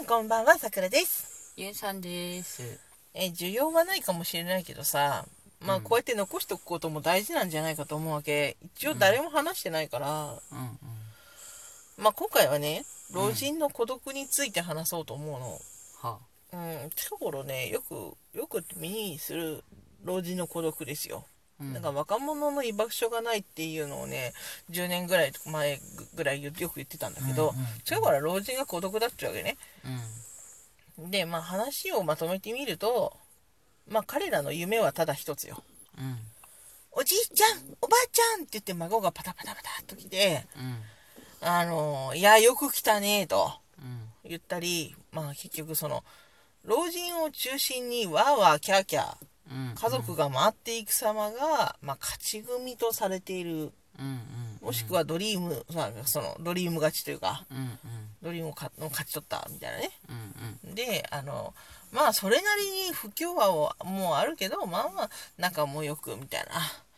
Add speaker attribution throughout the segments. Speaker 1: んこんばんはさくらです、
Speaker 2: ゆうさんです。
Speaker 1: えー需要はないかもしれないけどさまあ
Speaker 2: うん
Speaker 1: こうやって残しておくことも大事なんじゃないかと思うわけ一応誰も話してないから、
Speaker 2: うんうん。
Speaker 1: まあ今回はね老人の孤独について話そうと思うの、
Speaker 2: は
Speaker 1: うん、近頃ねよくよく目にする老人の孤独ですよ
Speaker 2: あ。うん
Speaker 1: なんか若者の居場所がないっていうのをね10年ぐらい前ぐらいよく言ってたんだけど、
Speaker 2: うんうん
Speaker 1: 近頃は老人が孤独だってわけね
Speaker 2: うん
Speaker 1: でまあ話をまとめてみるとまあ彼らの夢はただ一つよ
Speaker 2: うん
Speaker 1: おじいちゃんおばあちゃんって言って孫がパタパタパタっと来て「
Speaker 2: うん
Speaker 1: あのいやよく来たね」と
Speaker 2: うん
Speaker 1: 言ったりまあ結局その老人を中心にわーわーキャーキャー
Speaker 2: うん。
Speaker 1: 家族が回っていく様が、まあ、勝ち組とされている
Speaker 2: うんうん
Speaker 1: もしくはドリーム、まあそのドリーム勝ちというか
Speaker 2: うんうん
Speaker 1: ドリームをかの勝ち取ったみたいなね
Speaker 2: うんうん
Speaker 1: であのまあそれなりに不協和をもうあるけどまあまあ仲もよくみたい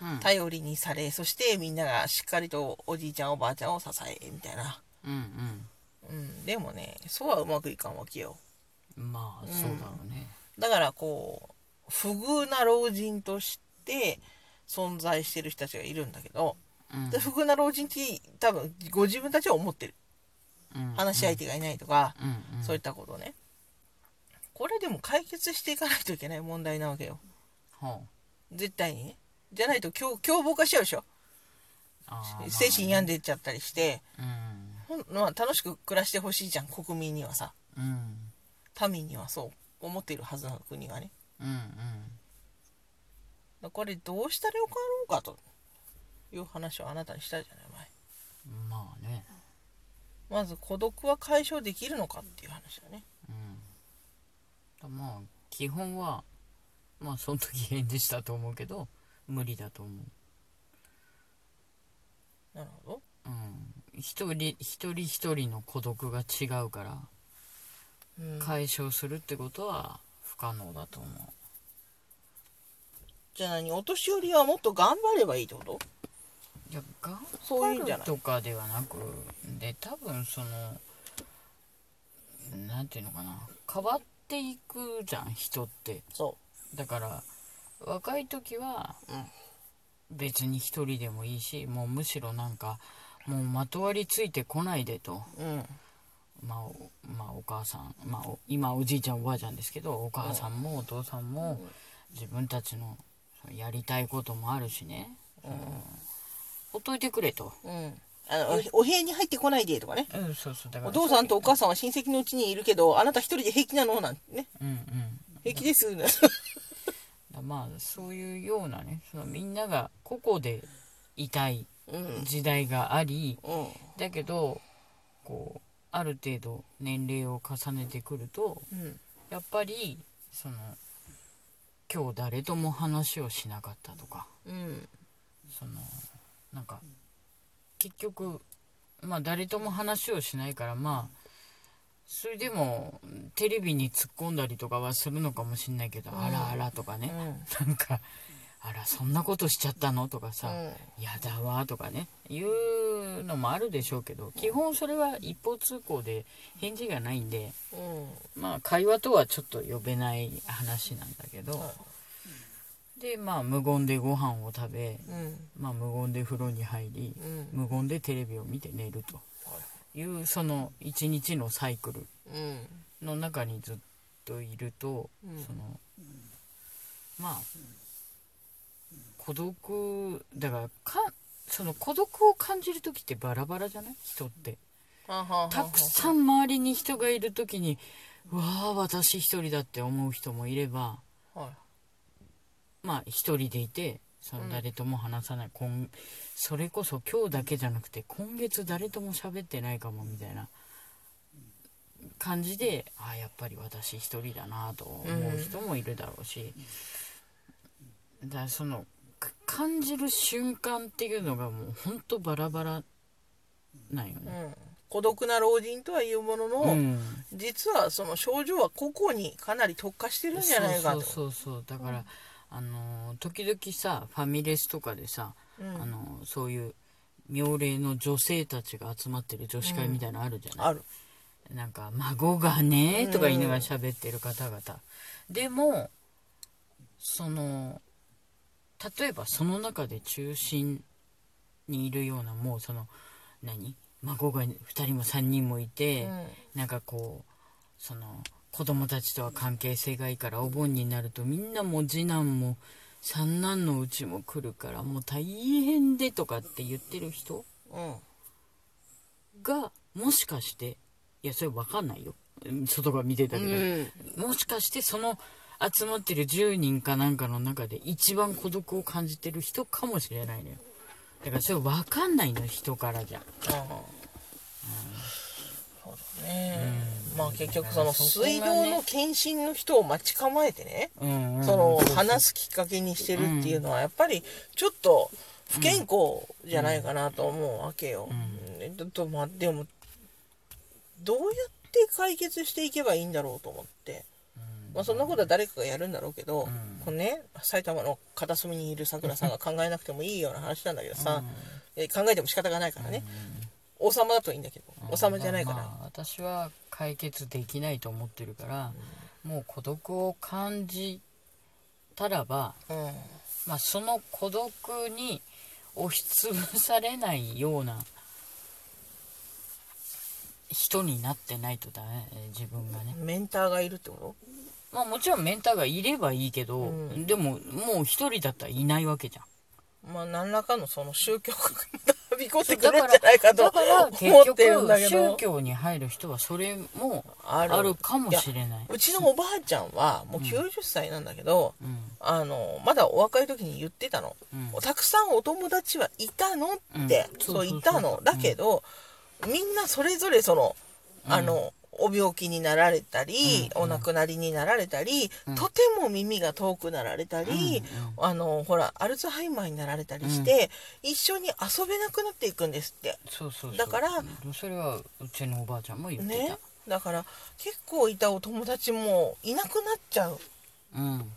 Speaker 1: な
Speaker 2: うん
Speaker 1: 頼りにされそしてみんながしっかりとおじいちゃんおばあちゃんを支えみたいな、
Speaker 2: うん
Speaker 1: うん、でもねそうはうまくいかんわけよ
Speaker 2: うん。まあそうだろうね。
Speaker 1: だからこう不遇な老人として存在してる人たちがいるんだけど
Speaker 2: うん
Speaker 1: で不遇な老人って多分ご自分たちは思ってる
Speaker 2: うん
Speaker 1: 話し相手がいないとか、
Speaker 2: うんうん
Speaker 1: そういったことをねこれでも解決していかないといけない問題なわけよ
Speaker 2: は
Speaker 1: 絶対にねじゃないと凶凶暴化しちゃうでしょ
Speaker 2: ああー
Speaker 1: 精神病んでっちゃったりして、
Speaker 2: まあ
Speaker 1: ほんまあ、楽しく暮らしてほしいじゃん国民にはさ
Speaker 2: うんうん
Speaker 1: 民にはそう思っているはずなの国がね
Speaker 2: うん
Speaker 1: だからこれどうしたらよかろうかという話をあなたにしたじゃない
Speaker 2: うんまあね。
Speaker 1: 前まず孤独は解消できるのかっていう話だね
Speaker 2: うん。まあ基本はまあその時返事したと思うけど無理だと思う。
Speaker 1: なるほど
Speaker 2: うん一人一人一人の孤独が違うから
Speaker 1: うん
Speaker 2: 解消するってことは不可能だと思う
Speaker 1: じゃあ何お年寄りはもっと頑張ればいいってこと
Speaker 2: いや頑
Speaker 1: そういうんじ
Speaker 2: 張
Speaker 1: ゃ
Speaker 2: る
Speaker 1: ない
Speaker 2: とかではなくで多分そのなんていうのかな変わっていくじゃん人って
Speaker 1: そ
Speaker 2: だから若い時は
Speaker 1: うん
Speaker 2: 別に一人でもいいしもうむしろなんかもうまとわりついてこないでと。
Speaker 1: ううん
Speaker 2: まあおまあ、お母さん、まあ、お今おじいちゃんおばあちゃんですけどお母さんもお父さんも自分たちのそのやりたいこともあるしね、うん、ほっといてくれと、
Speaker 1: うんあのおお部屋に入ってこないでとかね
Speaker 2: うん、そうそうだから
Speaker 1: お父さんとお母さんは親戚のうちにいるけどあなた一人で平気なのなんてね
Speaker 2: うんうんだ
Speaker 1: 平気です
Speaker 2: からまあそういうようなねそのみんなが個々でいたい
Speaker 1: うんうん
Speaker 2: 時代があり
Speaker 1: うん
Speaker 2: だけどこうある程度年齢を重ねてくると
Speaker 1: うん
Speaker 2: やっぱりその今日誰とも話をしなかったとか。
Speaker 1: うん
Speaker 2: そのなんか結局まあ誰とも話をしないからまあそれでもテレビに突っ込んだりとかはするのかもしんないけど「あらあら」とかね、なんか「あらそんなことしちゃったの?」とかさ「やだわ」とかねいうのもあるでしょうけど基本それは一方通行で返事がないんで
Speaker 1: うん
Speaker 2: まあ会話とはちょっと呼べない話なんだけどでまあ無言でご飯を食べ
Speaker 1: うん
Speaker 2: まあ、無言で風呂に入り
Speaker 1: うん
Speaker 2: 無言でテレビを見て寝るというその一日のサイクル
Speaker 1: うん
Speaker 2: の中にずっといると
Speaker 1: うん
Speaker 2: そのまあ孤独だからかその孤独を感じる時ってバラバラじゃない人って
Speaker 1: はんはんはんはん
Speaker 2: たくさん周りに人がいる時にうわあ私一人だって思う人もいれば
Speaker 1: は
Speaker 2: まあ一人でいてその誰とも話さない、今それこそ今日だけじゃなくて今月誰とも喋ってないかもみたいな感じでああやっぱり私一人だなと思う人もいるだろうし、だからそのか感じる瞬間っていうのがもうほんとバラバラなんよ
Speaker 1: い
Speaker 2: ね。
Speaker 1: うん孤独な老人とはいうものの、
Speaker 2: うん
Speaker 1: 実はその症状は個々にかなり特化してるんじゃないかと
Speaker 2: そうそうそうそうだから、あのー時々さファミレスとかでさ、
Speaker 1: うん
Speaker 2: あのーそういう妙齢の女性たちが集まってる女子会みたいなのあるじゃない、
Speaker 1: ある
Speaker 2: なんか孫がねとか言いながら喋ってる方々、でもその例えばその中で中心にいるようなもうその何孫が2人も3人もいて、なんかこうその子供たちとは関係性がいいからお盆になるとみんなもう次男も三男のうちも来るからもう大変でとかって言ってる人
Speaker 1: うん、
Speaker 2: がもしかしていやそれ分かんないようん外が見てたけど、
Speaker 1: うん、
Speaker 2: もしかしてその集まってる10人かなんかの中で一番孤独を感じてる人かもしれないのよだからそれ分かんないの人からじゃ
Speaker 1: ああ、そうだね、まあ結局そ
Speaker 2: だ
Speaker 1: の
Speaker 2: からそこがね
Speaker 1: 水道の検診の人を待ち構えてね、
Speaker 2: うん、うん、
Speaker 1: その
Speaker 2: う
Speaker 1: 話すきっかけにしてるっていうのはやっぱりちょっと不健康じゃないかなと思うわけよ。うんちょっとまあでもどうやって解決していけばいいんだろうと思って。まあそんなことは誰かがやるんだろうけど、
Speaker 2: ん
Speaker 1: このね埼玉の片隅にいるさくらさんが考えなくてもいいような話なんだけどさ、え考えても仕方がないからね、王様だといいんだけど王様じゃないから、
Speaker 2: まあまあ私は解決できないと思ってるから、もう孤独を感じたらば、
Speaker 1: うん
Speaker 2: まあ、その孤独に押しつぶされないような人になってないとダメ自分がね、
Speaker 1: メンターがいるってこ
Speaker 2: まあ、もちろんメンターがいればいいけど、
Speaker 1: うん
Speaker 2: でももう一人だったらいないわけじゃん
Speaker 1: とまあ何らかのその宗教が 飛び込んでく
Speaker 2: だ
Speaker 1: れる
Speaker 2: か
Speaker 1: ん
Speaker 2: ら
Speaker 1: じゃないかと
Speaker 2: だから
Speaker 1: 思ってるんだけ
Speaker 2: 結局宗
Speaker 1: ど
Speaker 2: 教に入る人はそれも
Speaker 1: あ
Speaker 2: あるかもしれない
Speaker 1: やうちのおばあちゃんはもう90歳なんだけど、
Speaker 2: うん
Speaker 1: あのまだお若い時に言ってたの、
Speaker 2: うん
Speaker 1: たくさんお友達はいたのって、
Speaker 2: うん
Speaker 1: そ
Speaker 2: そううそうそう
Speaker 1: いたのだけど、みんなそれぞれそのあの、お病気になられたり、
Speaker 2: うんうん
Speaker 1: お亡くなりになられたり、
Speaker 2: うん
Speaker 1: とても耳が遠くなられたり、
Speaker 2: う
Speaker 1: あのほらアルツハイマーになられたりして、一緒に遊べなくなっていくんですって。
Speaker 2: そうそうそう
Speaker 1: だから
Speaker 2: それはうちのおばあちゃんも言ってた、
Speaker 1: ね、だから結構いたお友達もいなくなっちゃう
Speaker 2: うん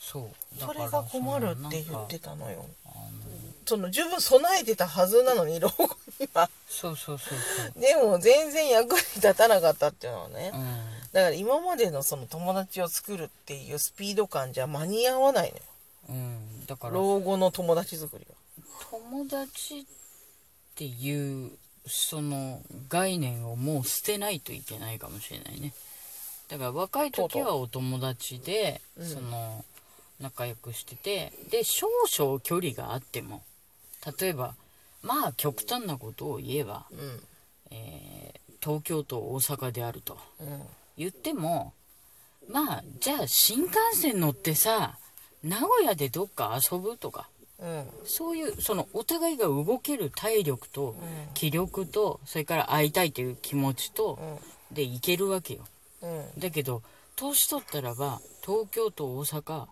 Speaker 2: そうだ
Speaker 1: そ
Speaker 2: から
Speaker 1: れが困るって
Speaker 2: その
Speaker 1: 言
Speaker 2: な
Speaker 1: っ
Speaker 2: んか
Speaker 1: てたのよ
Speaker 2: あの
Speaker 1: その十分備えてたはずなのに 老後には
Speaker 2: そうそうそうそう
Speaker 1: でも全然役に立たなかったっていうのはね、
Speaker 2: うん
Speaker 1: だから今までのその友達を作るっていうスピード感じゃ間に合わないのよ
Speaker 2: うん、だから
Speaker 1: 老後の友達作りは
Speaker 2: 友達っていうその概念をもう捨てないといけないかもしれないねだから若い時はお友達で
Speaker 1: うん
Speaker 2: その仲良くしててで少々距離があっても例えばまあ極端なことを言えば、
Speaker 1: うん
Speaker 2: えー東京と大阪であると
Speaker 1: うん
Speaker 2: 言ってもまあじゃあ新幹線乗ってさ名古屋でどっか遊ぶとか
Speaker 1: うん
Speaker 2: そういうそのお互いが動ける体力と
Speaker 1: ん
Speaker 2: 気力とそれから会いたいという気持ちと
Speaker 1: うん
Speaker 2: でいけるわけよ
Speaker 1: うん
Speaker 2: だけど年取ったらば東京と大阪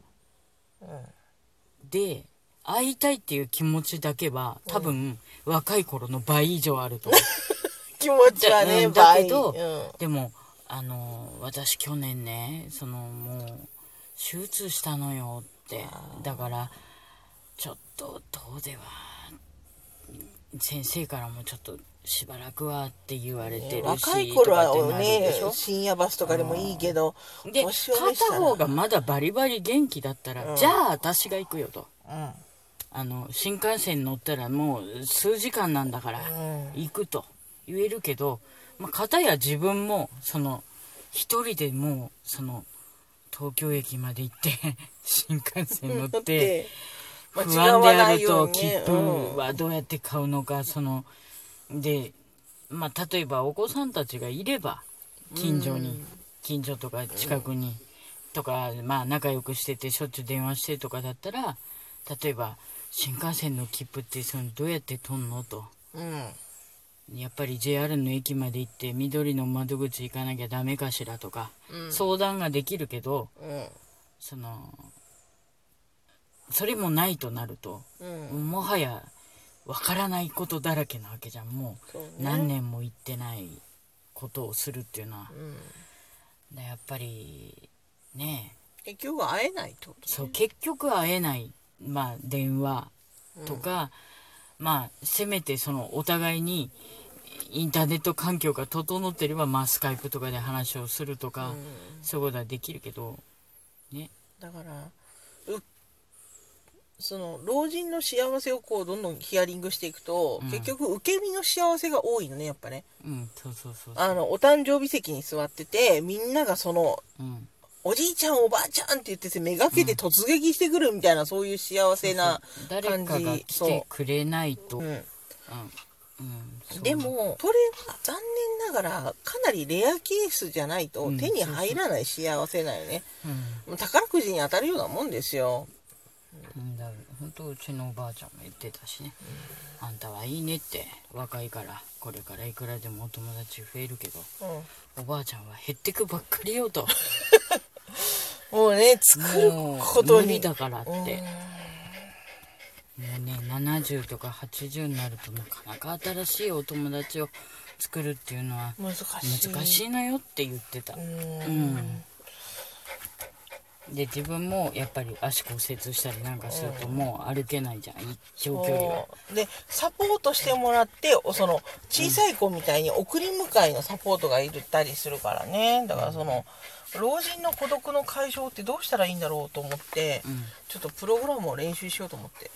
Speaker 2: で会いたいっていう気持ちだけは多分若い頃の倍以上あると思う
Speaker 1: 気持ちはね
Speaker 2: うんだ
Speaker 1: 倍
Speaker 2: けど
Speaker 1: うん
Speaker 2: でもあの私去年ねそのもう手術したのよってだからちょっとどうでは先生からもちょっとしばらくはって言われてるし、
Speaker 1: 若い頃は
Speaker 2: とかってなる
Speaker 1: ね
Speaker 2: でしょ
Speaker 1: 深夜バスとかでもいいけど
Speaker 2: で
Speaker 1: 年を召した
Speaker 2: 片
Speaker 1: ら
Speaker 2: 方がまだバリバリ元気だったら、じゃあ私が行くよとあの新幹線乗ったらもう数時間なんだから
Speaker 1: うん
Speaker 2: 行くと言えるけど、まあ、片や自分もその一人でもうその東京駅まで行って 新幹線乗っ
Speaker 1: だってて
Speaker 2: 不
Speaker 1: 間違
Speaker 2: 安
Speaker 1: わ
Speaker 2: で
Speaker 1: な
Speaker 2: あ
Speaker 1: い
Speaker 2: る
Speaker 1: よう
Speaker 2: と
Speaker 1: に
Speaker 2: 切
Speaker 1: ね
Speaker 2: 符はどうやって買うのかそので、まあ、例えばお子さんたちがいれば近所に、近所とか近くに、とか、まあ、仲良くしててしょっちゅう電話してとかだったら例えば新幹線の切符ってそのどうやって取んのと。
Speaker 1: うんうん
Speaker 2: やっぱり JR の駅まで行って緑の窓口行かなきゃダメかしらとか、
Speaker 1: うん
Speaker 2: 相談ができるけど
Speaker 1: うん
Speaker 2: そのそれもないとなると、
Speaker 1: うん
Speaker 2: もはやわからないことだらけなわけじゃんも
Speaker 1: そうね
Speaker 2: う何年も行ってないことをするっていうのは、
Speaker 1: うん
Speaker 2: でやっぱりね
Speaker 1: 結局会えないってこと
Speaker 2: そう結局会えない、まあ、電話とか、まあせめてそのお互いにインターネット環境が整ってれば、まあ、スカイプとかで話をするとか、
Speaker 1: うん
Speaker 2: そういうことはできるけど、ね。
Speaker 1: だからうその老人の幸せをこうどんどんヒアリングしていくと、
Speaker 2: うん
Speaker 1: 結局受け身の幸せが多いのねやっぱね
Speaker 2: うん、そうそうそうそう。
Speaker 1: あのお誕生日席に座っててみんながその
Speaker 2: うん。
Speaker 1: おじいちゃんおばあちゃんって言っててめがけて突撃してくるみたいな、そういう幸せな
Speaker 2: 誰
Speaker 1: 感
Speaker 2: かが
Speaker 1: じ
Speaker 2: 来
Speaker 1: そう
Speaker 2: てくれないと。う。
Speaker 1: うん
Speaker 2: うん
Speaker 1: ん、
Speaker 2: そう
Speaker 1: でもそれは残念ながらかなりレアケースじゃないと
Speaker 2: うん
Speaker 1: 手に入らない幸せだよね、
Speaker 2: うん。
Speaker 1: もう宝くじに当たるようなもんですよ
Speaker 2: なんだろう本当うちのおばあちゃんも言ってたしね、あんたはいいねって若いからこれからいくらでもお友達増えるけど
Speaker 1: うん
Speaker 2: おばあちゃんは減ってくばっかりよ と
Speaker 1: もうね作る
Speaker 2: も
Speaker 1: こ
Speaker 2: う
Speaker 1: と
Speaker 2: 無
Speaker 1: に
Speaker 2: 理だからって
Speaker 1: う
Speaker 2: も
Speaker 1: ん
Speaker 2: うね70とか80になるとなかなか新しいお友達を作るっていうのは
Speaker 1: 難しい
Speaker 2: 難しいのよって言ってた、
Speaker 1: う
Speaker 2: うんんで自分もやっぱり足骨折したりなんかするともう歩けないじゃんい長距離は
Speaker 1: そうでサポートしてもらっておその小さい子みたいに送り迎えのサポートがいるったりするからねだからその老人の孤独の解消ってどうしたらいいんだろうと思って、
Speaker 2: うん
Speaker 1: ちょっとプログラムを練習しようと思って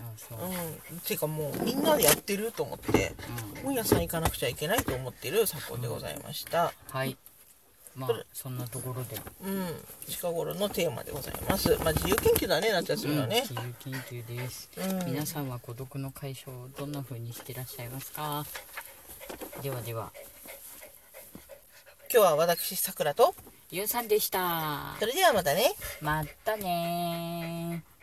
Speaker 2: あそう、
Speaker 1: うんていうかもうみんなでやってると思って
Speaker 2: うん
Speaker 1: 本屋さん行かなくちゃいけないと思ってる作法でございました、
Speaker 2: はい。まあ
Speaker 1: これ、
Speaker 2: そんなところで。
Speaker 1: うん、近頃のテーマでございますまあ自由研究だね夏休みはね、
Speaker 2: 自由研究です、
Speaker 1: うん
Speaker 2: 皆さんは孤独の解消をどんな風にしてらっしゃいますかではでは、
Speaker 1: 今日は私さくらと
Speaker 2: ゆうさんでした。
Speaker 1: それではまたね
Speaker 2: またねー。